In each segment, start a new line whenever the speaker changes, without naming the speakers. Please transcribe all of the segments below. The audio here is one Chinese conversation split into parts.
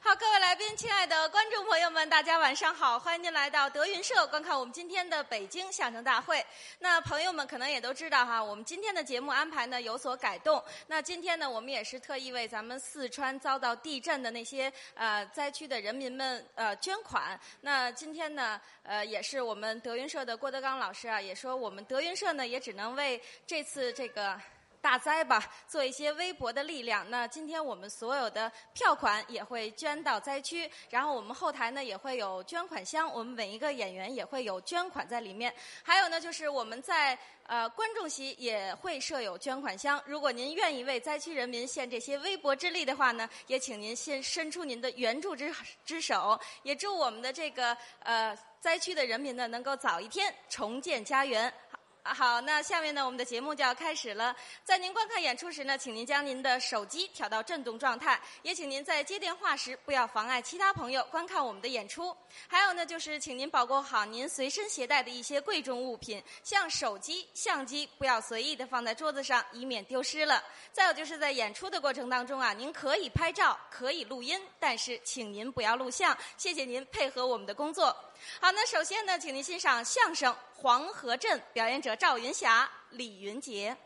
好，各位来宾，亲爱的观众朋友们，大家晚上好！欢迎您来到德云社观看我们今天的北京相声大会。那朋友们可能也都知道哈，我们今天的节目安排呢有所改动。那今天呢，我们也是特意为咱们四川遭到地震的那些呃灾区的人民们呃捐款。那今天呢，呃，也是我们德云社的郭德纲老师啊，也说我们德云社呢也只能为这次这个。大灾吧，做一些微薄的力量。那今天我们所有的票款也会捐到灾区，然后我们后台呢也会有捐款箱，我们每一个演员也会有捐款在里面。还有呢，就是我们在呃观众席也会设有捐款箱。如果您愿意为灾区人民献这些微薄之力的话呢，也请您先伸出您的援助之之手。也祝我们的这个呃灾区的人民呢，能够早一天重建家园。啊，好，那下面呢，我们的节目就要开始了。在您观看演出时呢，请您将您的手机调到震动状态，也请您在接电话时不要妨碍其他朋友观看我们的演出。还有呢，就是请您保管好您随身携带的一些贵重物品，像手机、相机，不要随意的放在桌子上，以免丢失了。再有就是在演出的过程当中啊，您可以拍照，可以录音，但是请您不要录像。谢谢您配合我们的工作。好，那首先呢，请您欣赏相声《黄河镇》，表演者赵云霞、李云杰。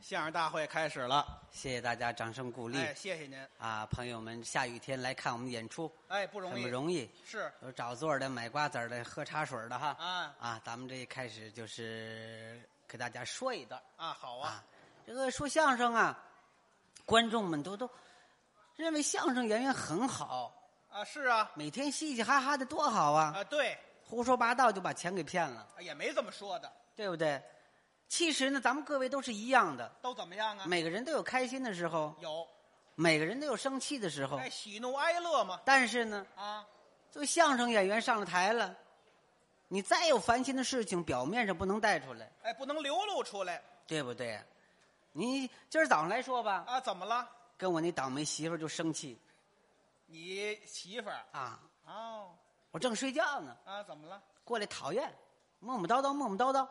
相声大会开始了，
谢谢大家掌声鼓励、
哎，谢谢您，
啊！朋友们，下雨天来看我们演出，
哎，不容
很
易，
不容易，
是
有找座的、买瓜子儿的、喝茶水儿的哈。
啊
啊，咱们这一开始就是给大家说一段
啊，好啊
啊，，这个说相声啊，观众们都都认为相声演员很好，
啊是啊，
每天嘻嘻哈哈的多好啊，
啊对，
胡说八道就把钱给骗了，
也没这么说的，
对不对？其实呢，咱们各位都是一样的，
都怎么样啊？
每个人都有开心的时候，
有，
每个人都有生气的时候，
哎，喜怒哀乐嘛，
但是呢。
啊，
作为相声演员上了台了，你再有烦心的事情，表面上不能带出来，
哎，不能流露出来
对不对？啊你今儿早上来说吧，
啊，怎么了？
跟我那倒霉媳妇儿就生气
你媳妇儿
啊！
哦
我正睡觉呢，
啊，怎么了？
过来讨厌，磨磨叨叨，磨磨叨叨，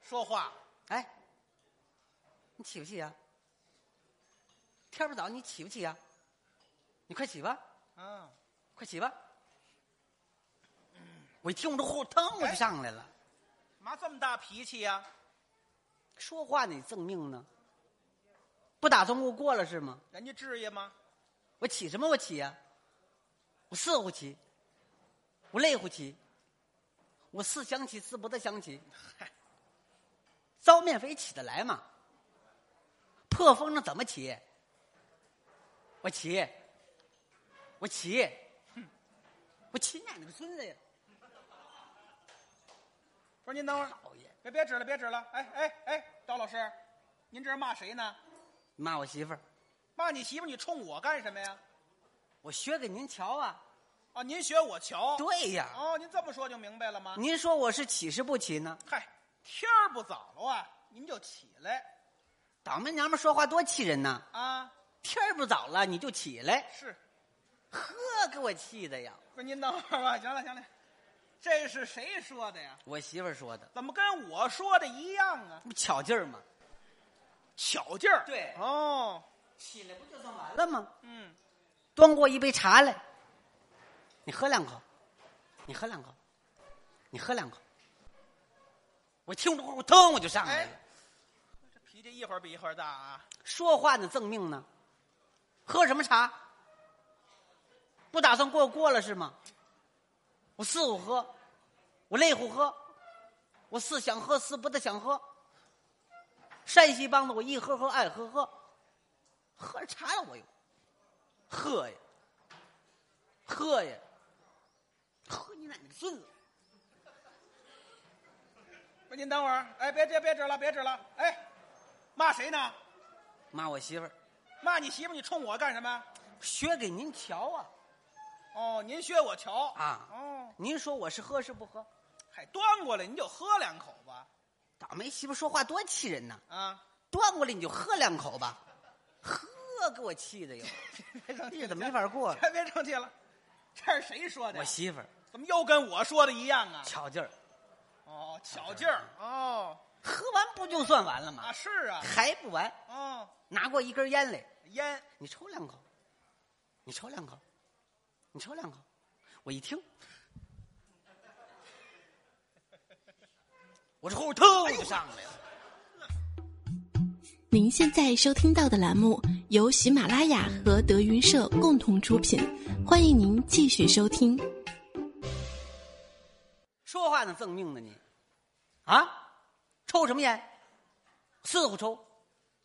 说话
哎，你起不起呀、天儿不早，你起不起呀、你快起吧，
啊，
快起吧！我一听我这火腾我就上来了，
嘛这么大脾气呀？
说话你赠命呢，不打算给我过了是吗？
人家至于吗？
我起什么？我起呀、我四乎起，我累乎起，我四想起，四不得想 起。
嗨，
糟面肥起得来吗？破风筝怎么起？我起，我起， 我起奶奶个孙子呀！
不是您等会儿，
讨厌，
别别指了，别指了，哎哎哎，赵老师，您这是骂谁呢？
骂我媳妇儿，
骂你媳妇儿，你冲我干什么呀？
我学给您瞧啊！
啊，您学我瞧，
对呀，
哦，您这么说就明白了吗？
您说我是起是不起呢？
嗨，天儿不早了啊，您就起来
倒霉娘们说话多气人呐！
啊！
天儿不早了，你就起来，
是，
呵，给我气的呀！
不是您等会儿吧？ 行了行了，这是谁说的呀？
我媳妇儿说的。
怎么跟我说的一样啊？
不巧劲儿吗？
巧劲儿。
对
哦，
起来不就算完了吗？
嗯，
端过一杯茶来，你喝两口，你喝两口，你喝两口。我听着我腾我就上来了。
哎，这脾气一会儿比一会儿大啊！
说话呢赠命呢，喝什么茶？不打算过过了是吗？我四五喝，我累乎喝，我四想喝四不得想喝。山西梆子我一喝喝爱喝喝，喝茶了我又喝呀，喝呀，喝你奶奶个孙子！
不是您等会儿，哎，别别别指了，别指了，哎，骂谁呢？
骂我媳妇儿，
骂你媳妇儿，你冲我干什么？
学给您瞧啊
哦，您学我瞧
啊！
哦，
您说我是喝是不喝？
嗨，端过来您就喝两口吧。
倒霉媳妇儿说话多气人呐！
啊，
端过来你就喝两口吧，喝给我气 的哟，
别生气
日子没法过了。
别别生气了，这是谁说的呀？
我媳妇儿
怎么又跟我说的一样啊？
巧劲儿，
哦，巧劲儿哦，
喝完不就算完了吗
啊，？是啊，
还不完，
哦，
拿过一根烟来，
烟，
你抽两口，你抽两口，你抽两口。我一听，我这后头就上来了。
您现在收听到的栏目由喜马拉雅和德云社共同出品，欢迎您继续收听。
说话呢，赠命呢你，啊，抽什么烟？四乎抽，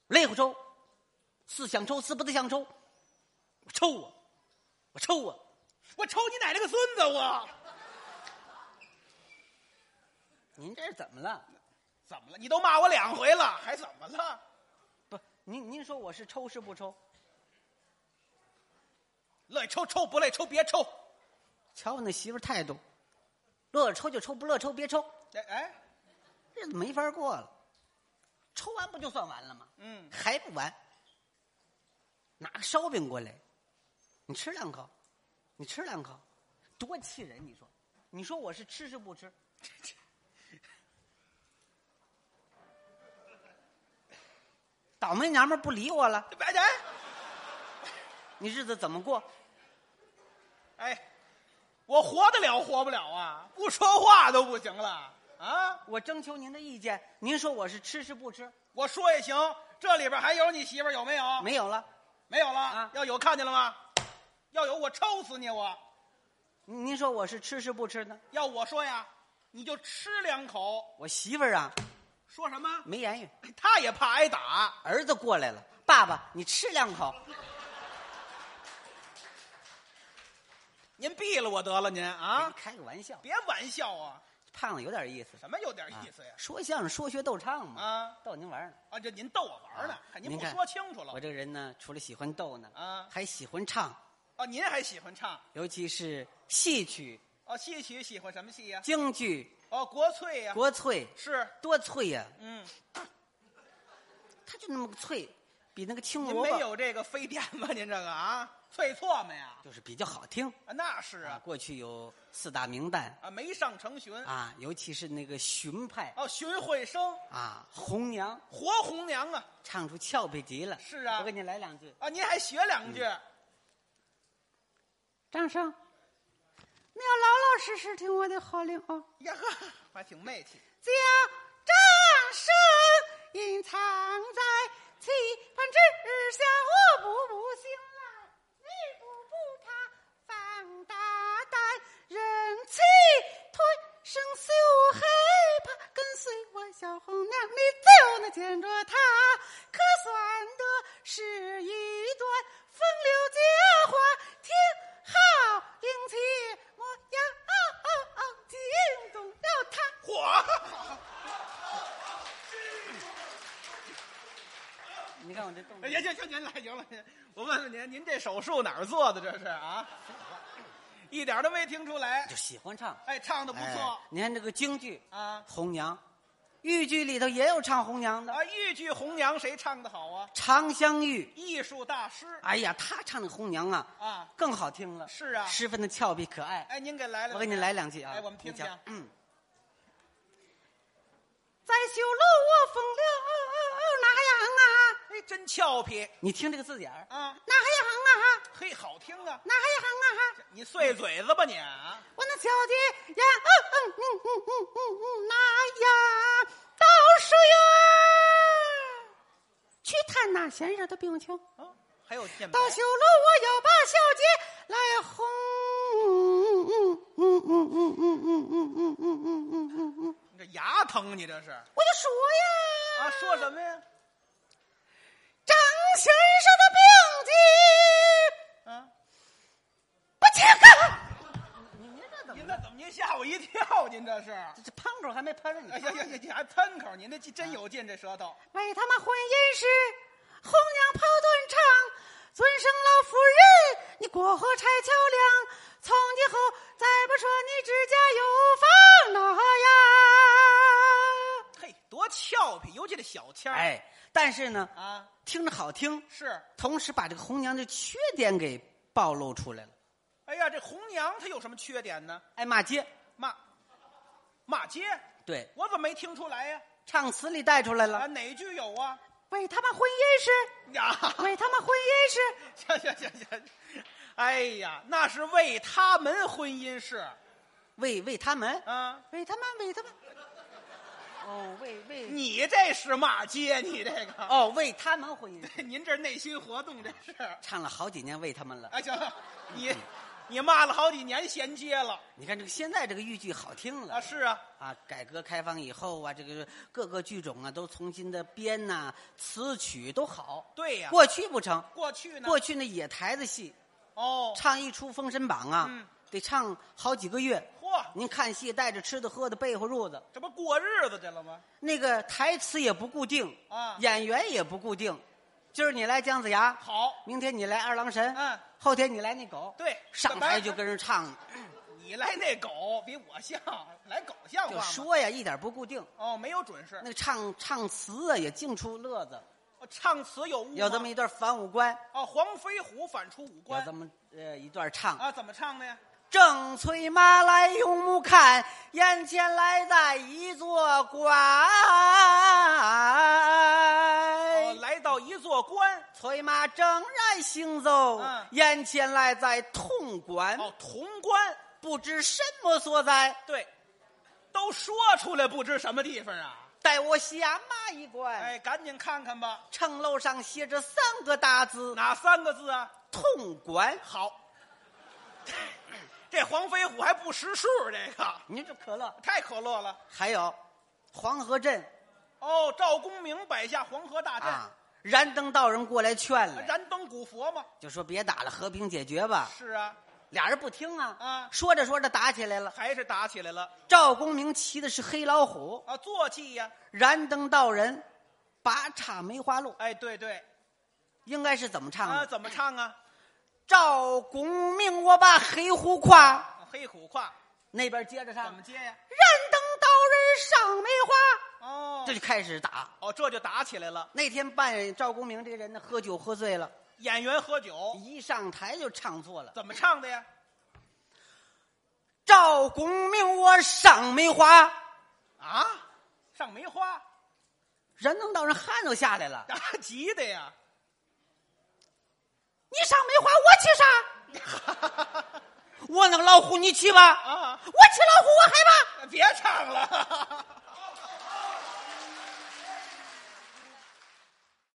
累乎抽，是想抽是不得想抽，我抽啊，我抽啊，
我抽你奶奶个孙子！我
您这是怎么了？
怎么了？你都骂我两回了，还怎么了？
不，您您说我是抽是不抽？
乐意抽抽，不乐意抽别抽。
瞧我那媳妇儿态度，乐抽就抽，不乐抽别抽，
哎哎，
日子没法过了。抽完不就算完了吗？
嗯，
还不完，拿个烧饼过来，你吃两口，你吃两口，多气人！你说，你说我是吃是不吃？ 倒霉娘们儿不理我了，
哎哎
你日子怎么过？
哎，我活得了活不了啊？不说话都不行了啊！
我征求您的意见，您说我是吃是不吃？
我说也行，这里边还有你媳妇儿有没有？
没有了，
没有了
啊
要有看见了吗？要有我抽死你！我
您您说我是吃是不吃呢？
要我说呀，你就吃两口。
我媳妇儿啊，
说什么？
没言语，
他也怕挨打。
儿子过来了，爸爸，你吃两口。
您毙了我得了，您
啊，
啊，
开个玩笑，
别玩笑啊！
胖子有点意思，
什么有点意思呀
啊？说相声说学逗唱嘛，
啊
逗您玩儿呢。
啊，这您逗我玩儿呢
啊，
看您不
看
说清楚
我
了
这个人呢，除了喜欢逗呢，
啊
还喜欢唱，
啊！您还喜欢唱
尤其是戏曲、
哦？戏曲喜欢什么戏呀？
京剧、
哦，国粹呀，
国粹，
是，
多脆呀、
嗯，
它就那么个脆，比那个青
您
萝
没
卜
有这个非典吧？您这个啊，脆唾沫呀？
就是比较好听。
啊，那是
啊，
啊，
过去有四大名旦
啊，没上成荀
啊，尤其是那个荀派
哦，荀慧生，
啊，红娘
活红娘啊
唱出俏皮极了。
是啊
我给你来两句。
啊！您还学两句，
嗯掌声！你要老老实实听我的号令啊！
呀呵，还挺媚气。
将掌声隐藏在棋盘之下，我步步行来，一步不怕放大胆，忍气吞声休害怕，跟随我小红娘，你就能见着她，可算得是一段风流佳话，挺好英气模样，哦惊动了她。
嚯！
你看我这动作
哎，，行行行，您来行了。您我问问您，您这手术哪儿做的？这是啊， 一点都没听出来
就。喜欢唱，
哎，唱的不错
哎你看这个京剧《
啊
红娘》，豫剧里头也有唱红娘的，
啊！豫剧《红娘》谁唱的好啊？
常香玉。
艺术大师。
哎呀，她唱的红娘啊，
啊
更好听了，
是啊
十分的俏皮可爱。
哎，您给来了，
我给你来两句啊，
哎，我们听
你讲
听。
嗯，
在修路我风流哪样啊？哎，真俏皮
你听这个字眼儿，
啊！
哪样啊？
嘿，好听啊！
哪样啊？
你碎嘴子吧你啊！
我那小姐呀，嗯嗯嗯嗯嗯嗯，哪样都是呀，去探那闲人的病情。
啊，还有键盘
到修路，我要把小姐来哄。嗯嗯嗯嗯嗯嗯嗯嗯嗯嗯嗯嗯嗯，
你这牙疼，你这是啊？
我就说呀，
说什么呀？
张先生的病急
啊，
不轻看。你您这怎
您这怎么？您吓我一跳！您这是？哎
这胖口还没喷上
呀呀呀！你还喷口？您这真有劲，这舌头。
为他们婚姻事，红娘抛断肠，尊生老夫人，你过河拆桥梁，从今后再不说你指甲有房了呀。
嘿，多俏皮，尤其这小腔儿
哎，但是呢，
啊，
听着好听，
是。
同时把这个红娘的缺点给暴露出来了，
哎呀，这红娘她有什么缺点呢？
爱骂街。
骂，骂街，
对，
我怎么没听出来呀？
唱词里带出来
啊，
了。
哪句有啊？
喂他妈婚姻是，
呀，
喂他妈婚姻是，
行行行行，哎呀，那是为他们婚姻事
喂喂他们，
啊！
喂他妈喂他妈，哦喂喂，
你这是骂街，你这个，
哦为他们婚姻，
您这内心活动这是。
唱了好几年为他们了。
哎，行了，你你骂了好几年衔接了
你看这个现在这个豫剧好听了
啊！是啊，
啊，改革开放以后啊，这个各个剧种啊都重新的编呐、词曲都好。
对哎呀、
过去不成，
过去呢？
过去那野台子戏，
哦，
唱一出《封神榜》啊，
嗯
得唱好几个月。
嚯，
您看戏带着吃的喝的备货褥子，
这不过日子去了吗？
那个台词也不固定
啊
演员也不固定。今儿你来姜子牙，
好，
明天你来二郎神，
嗯
后天你来那狗，
对
上台就跟人唱，
你来那狗比我像，来狗像话
就
吗？
说呀，一点不固定。
哦，没有准是
那，个唱唱词啊，也净出乐子。
哦唱词有误吗
有这么一段反五官，
哦，黄飞虎反出五
有
关
这么呃一段唱。
啊？怎么唱的呀？
正催马来用目看，眼前来在一座关。哎
哦，来到一座关，
催马正然行走，
嗯
眼前来在潼关，
哦，潼关，
不知什么所在，
对，都说出来不知什么地方啊？
待我下马一观。
哎，赶紧看看吧，
城楼上写着三个大字
哪三个字啊？
“潼关
好， 这黄飞虎还不识数，这个”。
您这可乐，
太可乐了。
还有黄河镇
哦，赵公明摆下黄河大阵，
啊， 燃灯道人过来劝了。
燃灯古佛嘛。
就说别打了，和平解决吧。
是啊，
俩人不听啊，
啊
说着说着打起来了。
还是打起来了
赵公明骑的是黑老虎，
啊，坐骑呀、
燃灯道人拔叉梅花鹿，
哎，对对，
应该是怎么唱的？
啊，怎么唱啊？
赵公明，我把黑虎跨，
啊黑虎胯
那边接着唱。
怎么
燃
接呀、
灯道人赏梅花，
哦，
这就开始打。
哦，这就打起来了。
那天扮演赵公明这个人呢，喝酒喝醉了，
演员喝酒
一上台就唱错了。
怎么唱的呀？
赵公明，我赏梅花，
啊，上梅花，
燃灯道人汗都下来了。
啊，急的呀。
你赏梅花，我骑啥？ 我那个老虎，你骑吧。
啊
我骑老虎，我害怕。
别唱了，